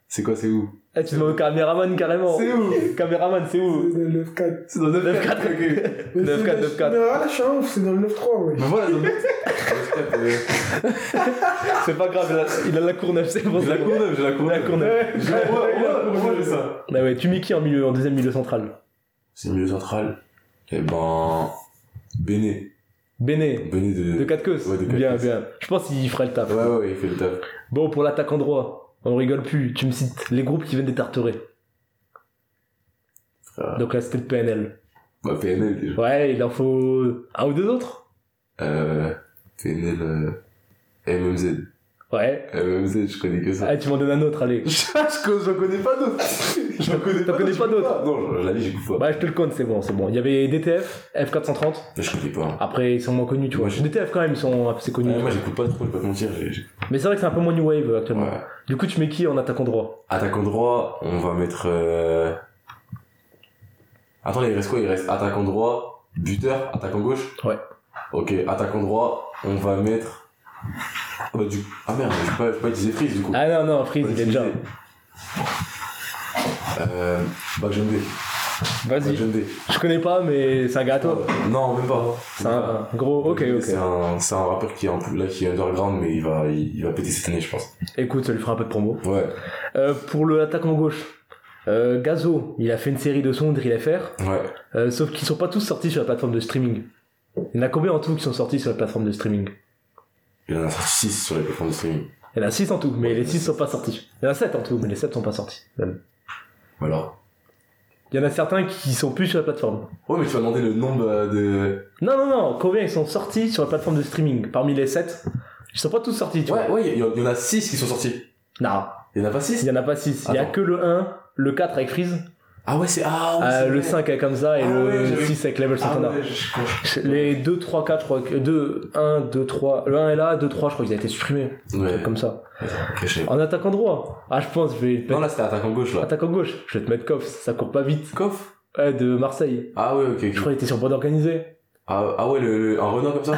Speaker 4: C'est quoi, c'est où
Speaker 1: Eh, tu demandes au caméraman carrément.
Speaker 4: C'est où
Speaker 1: Caméraman, c'est où
Speaker 5: C'est dans le 9-4.
Speaker 4: C'est dans le
Speaker 1: 9-4,
Speaker 4: ok.
Speaker 5: Mais
Speaker 1: 9-4,
Speaker 5: c'est dans-
Speaker 1: 9-4.
Speaker 5: Non, ah, la chance, c'est dans le 9-3, ouais.
Speaker 4: Mais voilà, dans le 9-4. euh,
Speaker 1: C'est pas grave, il a, il a la Courneuve, c'est bon.
Speaker 4: J'ai la Courneuve, j'ai la Courneuve.
Speaker 1: La Courneuve.
Speaker 4: Je la vois, on voit, on voit, j'ai ça.
Speaker 1: Bah ouais, tu mets qui en, milieu, en deuxième milieu central
Speaker 4: C'est le milieu central. Eh ben. Béné.
Speaker 1: Béné,
Speaker 4: Béné de.
Speaker 1: de 4 queues.
Speaker 4: Ouais, de
Speaker 1: bien,
Speaker 4: Katkus.
Speaker 1: bien. Je pense qu'il ferait le taf.
Speaker 4: Ouais, ouais, ouais, il fait le taf.
Speaker 1: Bon, pour l'attaque en droit, on rigole plus. Tu me cites les groupes qui viennent des Tarterets.
Speaker 4: Ah.
Speaker 1: Donc là, c'était le PNL.
Speaker 4: Bah, PNL déjà.
Speaker 1: Ouais, il en faut un ou deux autres.
Speaker 4: Euh. PNL. euh, MMZ.
Speaker 1: Ouais.
Speaker 4: MMZ, Euh, je connais que ça.
Speaker 1: Ah, tu m'en donnes un autre, allez.
Speaker 4: Je je connais pas d'autres. J'en connais
Speaker 1: T'en connais pas d'autres
Speaker 4: Non, je- la vie, j'écoute pas.
Speaker 1: Bah, je te le compte, c'est bon, c'est bon. Il y avait DTF, F430.
Speaker 4: Mais je connais pas.
Speaker 1: Après, ils sont moins connus, tu vois.
Speaker 4: Moi, j'ai-
Speaker 1: DTF, quand même, ils sont assez connus.
Speaker 4: Ouais, moi, j'écoute pas trop, je vais pas te mentir. j'ai- j'ai-
Speaker 1: Mais c'est vrai que c'est un peu moins New Wave euh, actuellement.
Speaker 4: Ouais.
Speaker 1: Du coup, tu mets qui en attaquant droit
Speaker 4: Attaquant droit, on va mettre. Euh... Attends, il reste quoi Il reste attaquant droit, buteur, attaquant gauche
Speaker 1: Ouais.
Speaker 4: Ok, attaquant droit, on va mettre. Ah bah, du Ah merde, je vais pas, je vais pas utiliser Freeze du coup.
Speaker 1: Ah non, non, Freeze,
Speaker 4: Pas
Speaker 1: il est
Speaker 4: utiliser.
Speaker 1: déjà.
Speaker 4: Euh. Backjump D.
Speaker 1: Vas-y.
Speaker 4: Backjump D. Euh,
Speaker 1: Je connais pas, mais c'est un gars à toi.
Speaker 4: Non, même pas.
Speaker 1: C'est un, un gros. Ok,
Speaker 4: C'est
Speaker 1: ok.
Speaker 4: un, c'est un rappeur qui est un peu, là, qui est underground, mais il va, il, il va péter cette année, je pense.
Speaker 1: Écoute, ça lui fera un peu de promo.
Speaker 4: Ouais.
Speaker 1: Euh, pour le attaquant gauche, euh, Gazo, il a fait une série de sons, Drill FR,
Speaker 4: Ouais.
Speaker 1: euh, sauf qu'ils sont pas tous sortis sur la plateforme de streaming. Il y en a combien en tout qui sont sortis sur la plateforme de streaming
Speaker 4: Il en a sorti 6 sur les plateformes de streaming.
Speaker 1: Il y en a 6 en tout, mais les 6 sont pas sortis. Il y en a 7 en tout, mais les 7 sont pas sortis. même.
Speaker 4: Alors.
Speaker 1: Il y en a certains qui sont plus sur la plateforme.
Speaker 4: Ouais, mais tu vas demander le nombre euh, de.
Speaker 1: Non, non, non, combien ils sont sortis sur la plateforme de streaming Parmi les 7, ils sont pas tous sortis, tu
Speaker 4: Ouais,
Speaker 1: vois.
Speaker 4: ouais, il y, en- il y en a 6 qui sont sortis.
Speaker 1: Non,
Speaker 4: Il y en a pas
Speaker 1: il
Speaker 4: 6
Speaker 1: y en a pas 6. Il y a
Speaker 4: Attends.
Speaker 1: que le 1, le 4 avec Freeze,
Speaker 4: Ah ouais, c'est. Ah ouais,
Speaker 1: euh,
Speaker 4: c'est
Speaker 1: le
Speaker 4: vrai.
Speaker 1: 5 avec Hamza et
Speaker 4: Ah ouais,
Speaker 1: le
Speaker 4: j'avais-
Speaker 1: 6 avec Level
Speaker 4: Ah
Speaker 1: Santana.
Speaker 4: ouais, je- je-
Speaker 1: Les 2, 3, 4, je crois que 2, 1, 2, 3. Le 1 est là, 2, 3, je crois qu'ils a été supprimé.
Speaker 4: Ouais.
Speaker 1: Comme ça.
Speaker 4: Ok, je sais pas.
Speaker 1: En attaquant droit. Ah, je pense, je vais te mettre.
Speaker 4: Non, là, c'était attaquant gauche, là.
Speaker 1: Attaquant gauche. Je vais te mettre Koff, ça court pas vite.
Speaker 4: Koff
Speaker 1: Ouais, de Marseille.
Speaker 4: Ah ouais, ok,
Speaker 1: Je
Speaker 4: ok.
Speaker 1: crois qu'il était sur bord organisé.
Speaker 4: Ah, ah ouais, le, le- un renard comme ça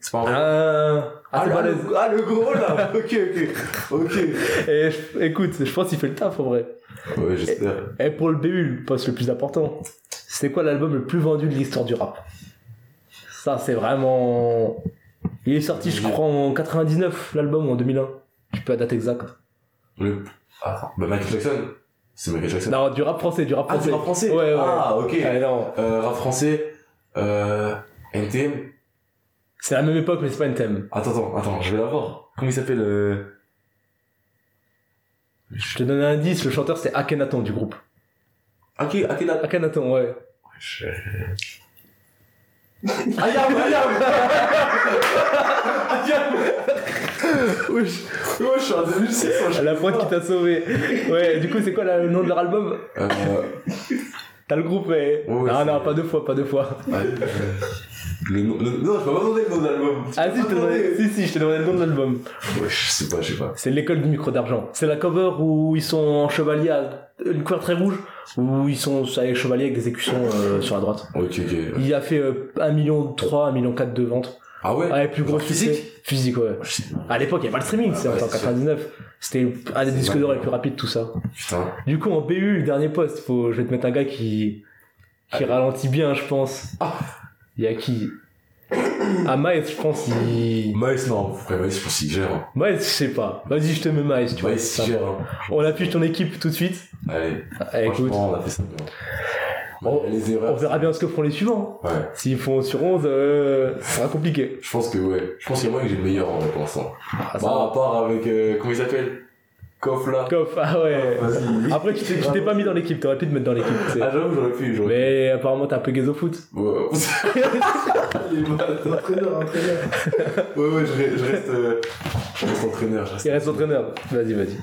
Speaker 4: C'est pas un renard
Speaker 1: Ah, ah, c'est
Speaker 4: le,
Speaker 1: balèze.
Speaker 4: le- ah, le gros, là Ok,
Speaker 1: Ah.
Speaker 4: ok. Ok.
Speaker 1: Et je- écoute, je pense qu'il fait le taf en vrai.
Speaker 4: Ouais, j'espère.
Speaker 1: Et pour le BU, le poste le plus important, c'était quoi l'album le plus vendu de l'histoire du rap Ça, c'est vraiment. Il est sorti, je crois, en 99, l'album, ou en 2001. Je peux la date exacte.
Speaker 4: Le... Attends. Bah, Michael Jackson C'est Michael Jackson.
Speaker 1: Non, du rap français, du rap
Speaker 4: Ah,
Speaker 1: français.
Speaker 4: c'est rap français
Speaker 1: Ouais, ouais.
Speaker 4: Ah, ok.
Speaker 1: Ah, non.
Speaker 4: Euh, rap français, euh, NTM.
Speaker 1: C'est la même époque, mais c'est pas un thème.
Speaker 4: Attends, attends, attends, je vais l'avoir. Comment il s'appelle euh...
Speaker 1: Je te donne un indice, le chanteur c'est Akhenaton du groupe.
Speaker 4: Ake, Akenat.
Speaker 1: Akhenaton, ouais.
Speaker 4: Je-
Speaker 1: Ayam, Ayam
Speaker 4: Wesh, wesh, je suis en 2006. moi, je-
Speaker 1: La pointe qui t'a sauvé. Ouais, du coup, c'est quoi la- le nom de leur album
Speaker 4: Euh,
Speaker 1: T'as le groupe, mais.
Speaker 4: Ouais, ouais,
Speaker 1: ah
Speaker 4: c'est-
Speaker 1: non, pas deux fois, pas deux fois.
Speaker 4: euh, le nom, le- non, je peux pas demander le nom de l'album.
Speaker 1: Ah si, je te demandais, si, si, je te demandais le nom de l'album.
Speaker 4: Wesh, je sais pas, je sais pas.
Speaker 1: C'est l'école du micro d'argent. C'est la cover où ils sont en chevalier à une couleur très rouge, où ils sont avec chevalier avec des écussons euh, sur la droite.
Speaker 4: Ok, ok.
Speaker 1: Il a fait euh, 1 million 3, 1 million 4 de vente.
Speaker 4: Ah ouais? Oh,
Speaker 1: Ouais, plus gros
Speaker 4: Physique
Speaker 1: succès. Physique, ouais.
Speaker 4: Je sais pas.
Speaker 1: À l'époque, il n'y avait pas le streaming,
Speaker 4: Ah
Speaker 1: c'est
Speaker 4: ouais,
Speaker 1: en
Speaker 4: c'est
Speaker 1: 99. C'était un des disques d'or les plus rapides, tout ça.
Speaker 4: Putain.
Speaker 1: Du coup, en BU, le dernier poste, faut... je vais te mettre un gars qui, qui ralentit bien, je pense.
Speaker 4: Ah.
Speaker 1: Il y a qui Ah, Maes, je pense, il...
Speaker 4: Maïs, non, frère, Maïs, je pense qu'il gère. hein.
Speaker 1: Maes, je sais pas. Vas-y, je te mets Maes, tu vois.
Speaker 4: Maïs, il gère. hein.
Speaker 1: On appuie ton équipe tout de suite.
Speaker 4: Allez,
Speaker 1: Eh, écoute,
Speaker 4: franchement, on a fait ça bien.
Speaker 1: On-
Speaker 4: les
Speaker 1: on
Speaker 4: erreurs.
Speaker 1: verra bien ce que font les suivants.
Speaker 4: Ouais.
Speaker 1: S'ils font sur 11, euh, ça sera compliqué.
Speaker 4: Je pense que, ouais. Je pense qu'il y a moyen que j'ai le meilleur en vrai, pour l'instant.
Speaker 1: Ah,
Speaker 4: Bah, à part avec. euh, comment il s'appelle Koff là.
Speaker 1: Coff, ah ouais.
Speaker 4: Vas-y.
Speaker 1: Après, tu t'es tu t'es pas mis dans l'équipe, t'aurais pu te mettre dans l'équipe. tu sais.
Speaker 4: Ah, j'avoue, j'aurais pu. J'aurais
Speaker 1: Mais apparemment, t'es un peu gaze au foot.
Speaker 4: pu. Ouais, Les bâtards.
Speaker 5: Entraîneur, entraîneur.
Speaker 4: ouais, ouais, je, re- je reste. euh, je reste entraîneur. Je reste...
Speaker 1: Il reste entraîneur. Vas-y, vas-y.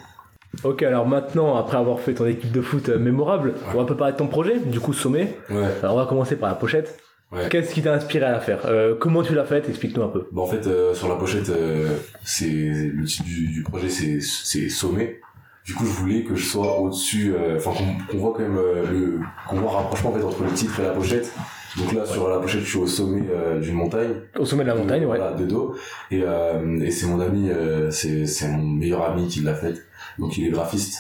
Speaker 1: Ok, alors maintenant, après avoir fait ton équipe de foot euh, mémorable, on va préparer ton projet, du coup, sommet.
Speaker 4: Ouais.
Speaker 1: Alors, on va commencer par la pochette.
Speaker 4: Ouais.
Speaker 1: Qu'est-ce qui t'a inspiré à la faire Euh, Comment tu l'as faite Explique-nous un peu.
Speaker 4: Bah en fait euh, sur la pochette euh, c'est le titre du, du projet c'est c'est sommet. Du coup je voulais que je sois au-dessus, euh, enfin qu'on- qu'on voit quand même euh, le qu'on voit un rapprochement en fait entre le titre et la pochette. Donc là sur la pochette je suis au sommet euh, d'une montagne.
Speaker 1: Au sommet de la montagne,
Speaker 4: de,
Speaker 1: ouais.
Speaker 4: voilà, de dos. Et, euh, et c'est mon ami, euh, c'est c'est mon meilleur ami qui l'a faite. Donc il est graphiste.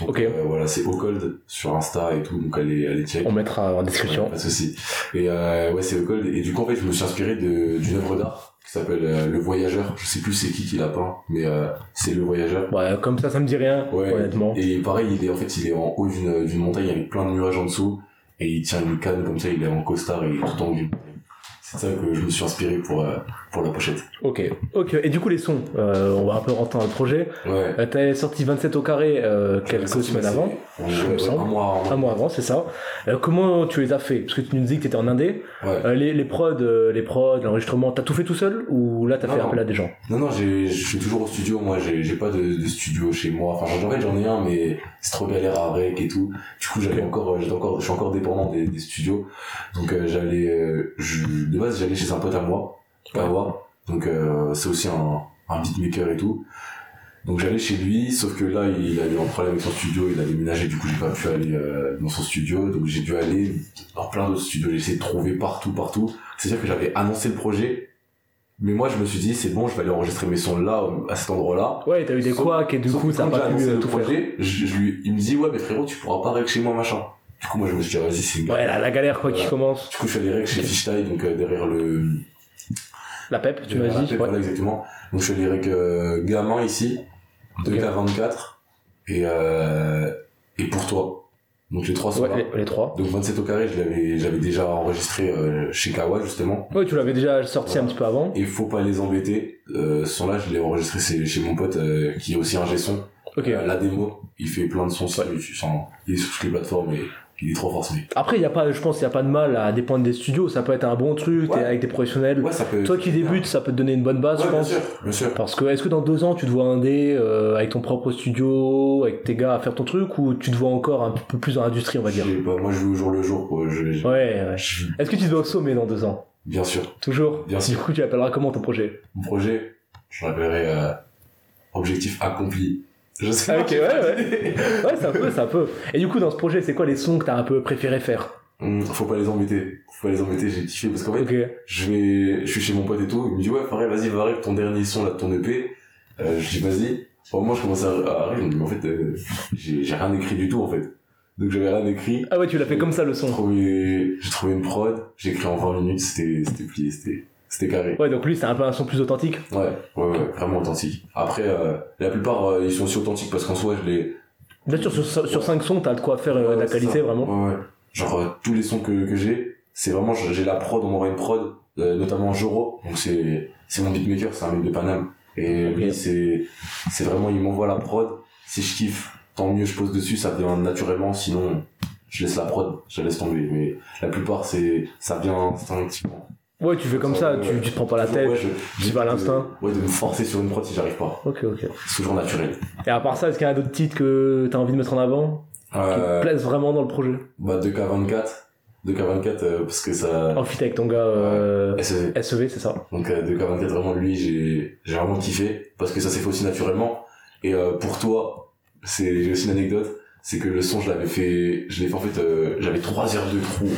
Speaker 4: Donc,
Speaker 1: Ok.
Speaker 4: euh, voilà, c'est Ocold sur Insta et tout, donc allez, allez check.
Speaker 1: On mettra en
Speaker 4: Ouais,
Speaker 1: description.
Speaker 4: pas de souci. Et euh, ouais, c'est Ocold. Et du coup, en fait, je me suis inspiré de- d'une œuvre d'art qui s'appelle euh, Le Voyageur. Je sais plus c'est qui qui l'a peint, mais euh, c'est Le Voyageur.
Speaker 1: Ouais, comme ça, ça me dit rien,
Speaker 4: Ouais.
Speaker 1: honnêtement.
Speaker 4: Et pareil, il est en fait, il est en haut d'une d'une montagne avec plein de nuages en dessous. Et il tient une canne comme ça, il est en costard et il est tout en haut. C'est ça que je me suis inspiré pour, euh, pour la pochette.
Speaker 1: Ok, ok. Et du coup, les sons, euh, on va un peu rentrer dans le projet.
Speaker 4: Ouais.
Speaker 1: Euh, T'avais sorti 27 au carré euh, quelques
Speaker 4: Sorti,
Speaker 1: semaines
Speaker 4: c'est-
Speaker 1: avant,
Speaker 4: Ouais,
Speaker 1: je me
Speaker 4: ouais,
Speaker 1: semble.
Speaker 4: Un mois avant.
Speaker 1: un mois avant, c'est ça. Euh, comment tu les as fait Parce que tu nous dis que t'étais en Indé.
Speaker 4: Ouais.
Speaker 1: Euh, les, les prods, euh, les prods, l'enregistrement, t'as tout fait tout seul ou là t'as
Speaker 4: Non,
Speaker 1: fait
Speaker 4: non.
Speaker 1: appel à des gens
Speaker 4: Non, non, j'ai- je suis toujours au studio, moi, j'ai j'ai pas de, de studio chez moi. Enfin, j'en- en fait, j'en ai un, mais c'est trop galère à rec et tout. Du coup, j'avais
Speaker 1: Ok.
Speaker 4: encore, euh, j'étais encore, je suis encore dépendant des, des studios. Donc, euh, j'allais, euh, je- de base, j'allais chez un pote à moi, à moi. Donc, euh, c'est aussi un, un beatmaker et tout. Donc, j'allais chez lui, sauf que là, il a eu un problème avec son studio, il a déménagé, du coup, j'ai pas pu aller euh, dans son studio. Donc, j'ai dû aller dans plein d'autres studios, j'ai essayé de trouver partout, partout. C'est-à-dire que j'avais annoncé le projet, mais moi je me suis dit c'est bon, je vais aller enregistrer mes sons là, à cet endroit-là.
Speaker 1: Ouais, t'as eu des
Speaker 4: Sauf-
Speaker 1: couacs et du
Speaker 4: Sauf
Speaker 1: coup
Speaker 4: que
Speaker 1: t'as
Speaker 4: quand j'ai
Speaker 1: pas pu
Speaker 4: annoncé
Speaker 1: euh,
Speaker 4: le
Speaker 1: tout faire.
Speaker 4: projet, je, je lui, il me dit ouais mais frérot tu pourras pas rec chez moi machin. Du coup moi je me suis dit vas-y c'est une galère.
Speaker 1: Ouais, la, la galère quoi qui
Speaker 4: Voilà.
Speaker 1: commence.
Speaker 4: Du coup je suis allé rec chez Fishtail donc euh, derrière le.
Speaker 1: La PEP, tu m'as
Speaker 4: derrière la
Speaker 1: dit.
Speaker 4: tête,
Speaker 1: ouais.
Speaker 4: Voilà exactement. Donc je suis allé rec euh, gamin ici, 2K24 et euh, et pour toi. Donc les trois sont
Speaker 1: Ouais,
Speaker 4: là.
Speaker 1: les, les trois.
Speaker 4: Donc 27 au carré, je l'avais, j'avais déjà enregistré euh, chez Kawa justement.
Speaker 1: Ouais, tu l'avais déjà sorti
Speaker 4: Voilà.
Speaker 1: un petit peu avant.
Speaker 4: Et faut pas les embêter. Euh, ce son-là, je l'ai enregistré c'est chez mon pote euh, qui est aussi un G-son.
Speaker 1: Ok.
Speaker 4: Euh, la démo, il fait plein de sons sur YouTube, sans- Il est sur toutes les plateformes et il est trop forcé.
Speaker 1: Après, il y a pas, je pense, qu'il y a pas de mal à dépendre des studios. Ça peut être un bon truc. T'es
Speaker 4: Ouais.
Speaker 1: avec des professionnels.
Speaker 4: Ouais, ça peut.
Speaker 1: Toi qui débutes, ça peut te donner une bonne
Speaker 4: Ouais,
Speaker 1: base, je
Speaker 4: bien
Speaker 1: pense.
Speaker 4: sûr, bien sûr.
Speaker 1: Parce que est-ce que dans deux ans tu te vois un dé euh, avec ton propre studio, avec tes gars à faire ton truc, ou tu te vois encore un peu plus dans l'industrie, on va dire.
Speaker 4: J'ai pas- moi, je joue au jour le jour, quoi. Je- je-
Speaker 1: Ouais, ouais.
Speaker 4: je-
Speaker 1: Est-ce que tu te vois au sommet dans deux ans
Speaker 4: bien sûr.
Speaker 1: Toujours.
Speaker 4: Bien sûr.
Speaker 1: Du coup, tu appelleras comment ton projet
Speaker 4: Mon projet, je l'appellerai euh, objectif accompli. Je sais
Speaker 1: Ah,
Speaker 4: pas,
Speaker 1: ok,
Speaker 4: j'ai
Speaker 1: ouais,
Speaker 4: pas
Speaker 1: ouais.
Speaker 4: d'idée.
Speaker 1: Ouais, ça peut, ça peut. Et du coup, dans ce projet, c'est quoi les sons que t'as un peu préféré faire
Speaker 4: Hum, faut pas les embêter. Faut pas les embêter, j'ai kiffé parce qu'en fait,
Speaker 1: Ah Ok.
Speaker 4: je vais, je suis chez mon pote et tout, il me dit ouais, pareil, vas-y, va avec ton dernier son là, de ton EP. Euh, je dis vas-y. Au moi, je commence à, à rire, mais en fait, euh, j'ai j'ai rien écrit du tout en fait. Donc j'avais rien écrit.
Speaker 1: Ah ouais, tu l'as fait comme ça le
Speaker 4: J'ai
Speaker 1: son.
Speaker 4: trouvé, j'ai trouvé une prod, j'ai écrit en 20 minutes, c'était, c'était plié, c'était, c'était carré.
Speaker 1: Ouais, donc lui, c'est un peu un son plus authentique.
Speaker 4: Ouais, ouais, ouais, vraiment authentique. Après, euh, la plupart, euh, ils sont aussi authentiques parce qu'en soi, je les.
Speaker 1: Bien sûr, sur, sur
Speaker 4: Ouais.
Speaker 1: 5 sons, t'as de quoi faire euh, de la
Speaker 4: Ouais, c'est
Speaker 1: qualité,
Speaker 4: ça.
Speaker 1: vraiment.
Speaker 4: Ouais, ouais. Genre, euh, tous les sons que, que j'ai, c'est vraiment, je- j'ai la prod, on m'envoie une prod, euh, notamment Joro, donc c'est, c'est mon beatmaker, c'est un mec de Paname. Et lui, c'est, c'est vraiment, il m'envoie la prod, si je kiffe, tant mieux, je pose dessus, ça vient naturellement, sinon, je laisse la prod, je la laisse tomber. Mais la plupart, c'est, ça vient instinctivement.
Speaker 1: Ouais, tu fais comme ça,
Speaker 4: Ouais,
Speaker 1: tu,
Speaker 4: ouais.
Speaker 1: tu te prends pas la
Speaker 4: Ouais,
Speaker 1: tête.
Speaker 4: je-
Speaker 1: j'y vais à l'instinct.
Speaker 4: de- Ouais, de me forcer sur une prod si j'arrive pas.
Speaker 1: Ok, ok.
Speaker 4: C'est toujours naturel.
Speaker 1: Et à part ça, est-ce qu'il y a d'autres titres que t'as envie de mettre en avant Qui te
Speaker 4: Euh,
Speaker 1: plaisent vraiment dans le projet
Speaker 4: bah, 2K24. 2K24, euh, parce que ça.
Speaker 1: En fit avec ton gars euh,
Speaker 4: SEV.
Speaker 1: SEV, c'est ça
Speaker 4: Donc, euh, 2K24, vraiment, lui, j'ai j'ai vraiment kiffé. Parce que ça s'est fait aussi naturellement. Et euh, pour toi, c'est j'ai aussi une anecdote. C'est que le son, je l'avais fait. Je l'ai fait en fait. euh, J'avais 3 heures de trou.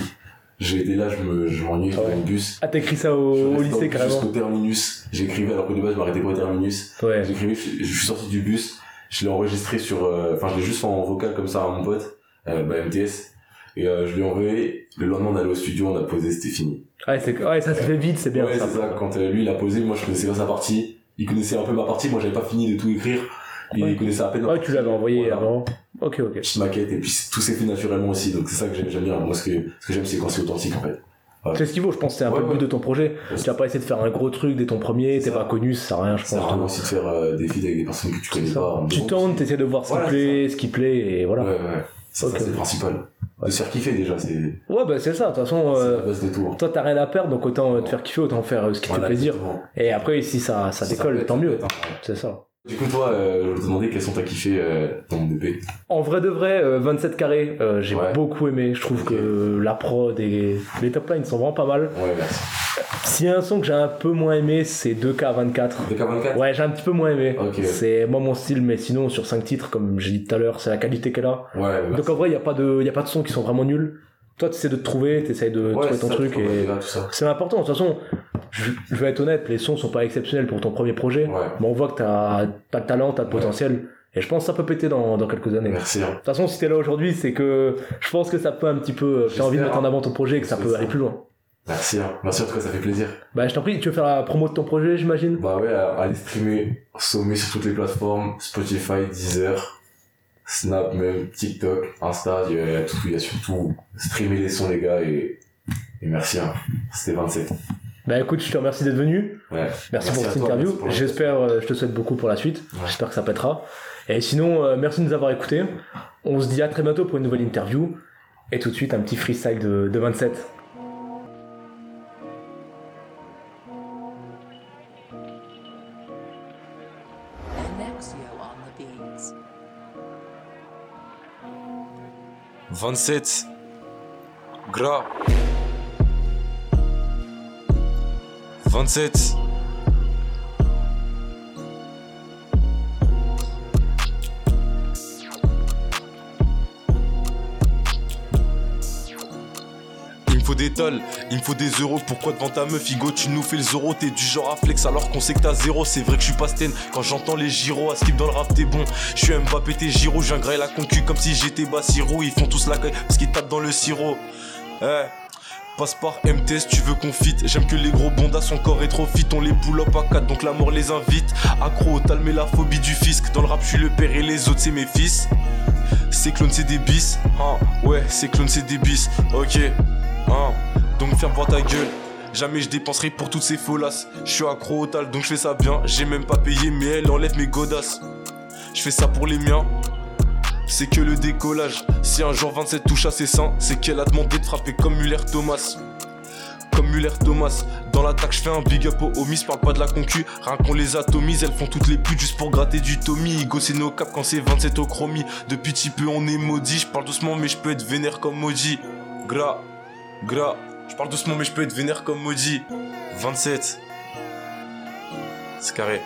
Speaker 4: J'étais là, je me- je m'ennuyais, j'étais
Speaker 1: Ah ouais.
Speaker 4: dans le bus.
Speaker 1: Ah, t'as écrit ça au,
Speaker 4: Je
Speaker 1: au
Speaker 4: restais dans le
Speaker 1: lycée,
Speaker 4: bus
Speaker 1: carrément
Speaker 4: Jusqu'au terminus. J'écrivais, alors que de base, je m'arrêtais pas au terminus.
Speaker 1: Ouais.
Speaker 4: J'écrivais, je, je suis sorti du bus, je l'ai enregistré sur, euh, enfin je l'ai juste fait en vocal comme ça à mon pote, euh, bah, MTS, et euh, je lui ai envoyé. Le lendemain on allait au studio, on a posé, c'était fini.
Speaker 1: Ouais, c'est- ouais, ça se fait vite, c'est bien.
Speaker 4: ouais c'est
Speaker 1: ça.
Speaker 4: ça. Quand euh, lui il a posé, moi je connaissais pas sa partie, il connaissait un peu ma partie, moi j'avais pas fini de tout écrire, et
Speaker 1: Ouais.
Speaker 4: il connaissait à peine. ma
Speaker 1: Ouais, tu l'avais envoyé
Speaker 4: Voilà.
Speaker 1: avant. Ok, ok.
Speaker 4: Petite maquette et puis c'est- tout s'est fait naturellement aussi, donc c'est ça que j'aime j'aime bien. Moi ce que ce que j'aime c'est quand c'est authentique en fait.
Speaker 1: C'est ce qu'il vaut, je pense, c'est un
Speaker 4: Ouais,
Speaker 1: peu le but
Speaker 4: ouais.
Speaker 1: de ton projet. Tu vas pas essayer de faire un gros truc dès ton premier,
Speaker 4: C'est
Speaker 1: t'es
Speaker 4: ça.
Speaker 1: pas connu, ça sert à rien, je
Speaker 4: Ça
Speaker 1: pense.
Speaker 4: vraiment aussi de faire euh, des feats avec des personnes que tu connais
Speaker 1: C'est ça.
Speaker 4: pas. en
Speaker 1: Tu
Speaker 4: gros.
Speaker 1: tournes, t'essaies de voir ce
Speaker 4: Voilà,
Speaker 1: qui plaît, ce qui plaît, et voilà.
Speaker 4: Ouais
Speaker 1: Ouais,
Speaker 4: ouais. C'est
Speaker 1: Ok.
Speaker 4: ça, c'est le principal.
Speaker 1: Ouais.
Speaker 4: De se faire kiffer déjà, c'est
Speaker 1: bah c'est ça, de toute façon,
Speaker 4: c'est
Speaker 1: euh,
Speaker 4: la base de tout. hein.
Speaker 1: toi t'as rien à perdre, donc autant euh, te
Speaker 4: Ouais.
Speaker 1: faire kiffer, autant faire euh, ce qui te fait
Speaker 4: Voilà,
Speaker 1: plaisir.
Speaker 4: exactement.
Speaker 1: Et après, si ça, ça
Speaker 4: Si
Speaker 1: décolle,
Speaker 4: peut être,
Speaker 1: tant mieux.
Speaker 4: peut être, hein.
Speaker 1: C'est ça.
Speaker 4: Du coup, toi, euh, je vais te demander quelles sont t'as kiffé euh, dans mon EP.
Speaker 1: En vrai de vrai, euh, 27 carrés, euh, j'ai
Speaker 4: Ouais.
Speaker 1: beaucoup aimé. Je trouve
Speaker 4: Ok.
Speaker 1: que la prod et les top lines sont vraiment pas mal.
Speaker 4: Ouais, merci.
Speaker 1: S'il y a un son que j'ai un peu moins aimé, c'est 2K24.
Speaker 4: DK24
Speaker 1: Ouais, j'ai un petit peu moins aimé.
Speaker 4: Ok.
Speaker 1: C'est moi mon style, mais sinon, sur 5 titres, comme j'ai dit tout à l'heure, c'est la qualité qu'elle a.
Speaker 4: Ouais, ouais. bah.
Speaker 1: Donc en vrai, il n'y a, pas de- y a pas de sons qui sont vraiment nuls. Toi, tu essaies de te trouver, tu essaies de
Speaker 4: ouais,
Speaker 1: trouver
Speaker 4: c'est
Speaker 1: ton
Speaker 4: ça,
Speaker 1: truc.
Speaker 4: faut
Speaker 1: Et...
Speaker 4: pas dire tout ça.
Speaker 1: C'est important. De toute façon, je, je vais être honnête, les sons sont pas exceptionnels pour ton premier projet.
Speaker 4: Ouais.
Speaker 1: Mais on voit que t'as as le talent, t'as le
Speaker 4: Ouais.
Speaker 1: potentiel. Et je pense que ça peut péter dans, dans quelques années.
Speaker 4: Merci. hein.
Speaker 1: De toute façon, si t'es là aujourd'hui, c'est que je pense que ça peut un petit peu. J'ai envie de
Speaker 4: J'espère,
Speaker 1: mettre en
Speaker 4: hein.
Speaker 1: avant ton projet et que ça peut
Speaker 4: J'espère.
Speaker 1: aller plus loin.
Speaker 4: Merci. hein. Merci en tout cas, ça fait plaisir.
Speaker 1: Bah, je t'en prie, tu veux faire la promo de ton projet, j'imagine
Speaker 4: Bah ouais, euh, allez streamer Sommet sur toutes les plateformes, Spotify, Deezer, Snap même, TikTok, Insta, il y a tout, il y a surtout streamer les sons les gars et, et merci. hein. C'était 27.
Speaker 1: Bah, écoute, je te remercie d'être venu.
Speaker 4: Ouais.
Speaker 1: Merci,
Speaker 4: Merci
Speaker 1: pour
Speaker 4: à
Speaker 1: cette
Speaker 4: toi,
Speaker 1: interview.
Speaker 4: merci pour l'invitation.
Speaker 1: J'espère, euh, je te souhaite beaucoup pour la suite.
Speaker 4: Ouais.
Speaker 1: J'espère que ça pètera. Et sinon, euh, merci de nous avoir écoutés. On se dit à très bientôt pour une nouvelle interview. Et tout de suite, un petit freestyle de, de 27.
Speaker 6: Annexio on the beats.
Speaker 2: 27 Gras 27 Il me faut des tolls, il me faut des euros. Pourquoi devant ta meuf, Figo, tu nous fais le zéro T'es du genre à flex alors qu'on sait que t'as zéro. C'est vrai que je suis pas Sten. Quand j'entends les gyros, à skip dans le rap, t'es bon. Je suis Mbappé, t'es Giro. Je viens grailler la concu comme si j'étais Bassirou. Ils font tous la caille parce qu'ils tapent dans le sirop. Eh. Passe par MTS, tu veux qu'on fit. J'aime que les gros bondas, son corps est trop fit. On les boule up à 4, donc la mort les invite. Accro, au talme et la phobie du fisc. Dans le rap, je suis le père et les autres, c'est mes fils. C'est clone, c'est des bis. Hein. Ouais, c'est clone, c'est des bis. Ok. Hein. Donc ferme voir ta gueule. Jamais je dépenserai pour toutes ces folasses. Je suis accro au tal, donc je fais ça bien. J'ai même pas payé, mais elle enlève mes godasses. Je fais ça pour les miens. C'est que le décollage. Si un jour 27 touche à ses seins, c'est qu'elle a demandé de frapper comme Muller Thomas. Comme Muller Thomas, dans l'attaque, je fais un big up aux homies, parle pas de la concu. Rien qu'on les atomise, elles font toutes les putes juste pour gratter du Tommy. Gosser nos caps quand c'est 27 au chromie. Depuis petit peu, on est maudit. Je parle doucement, mais je peux être vénère comme maudit. Gras, gras. Je parle doucement, mais je peux être vénère comme maudit. 27. C'est carré.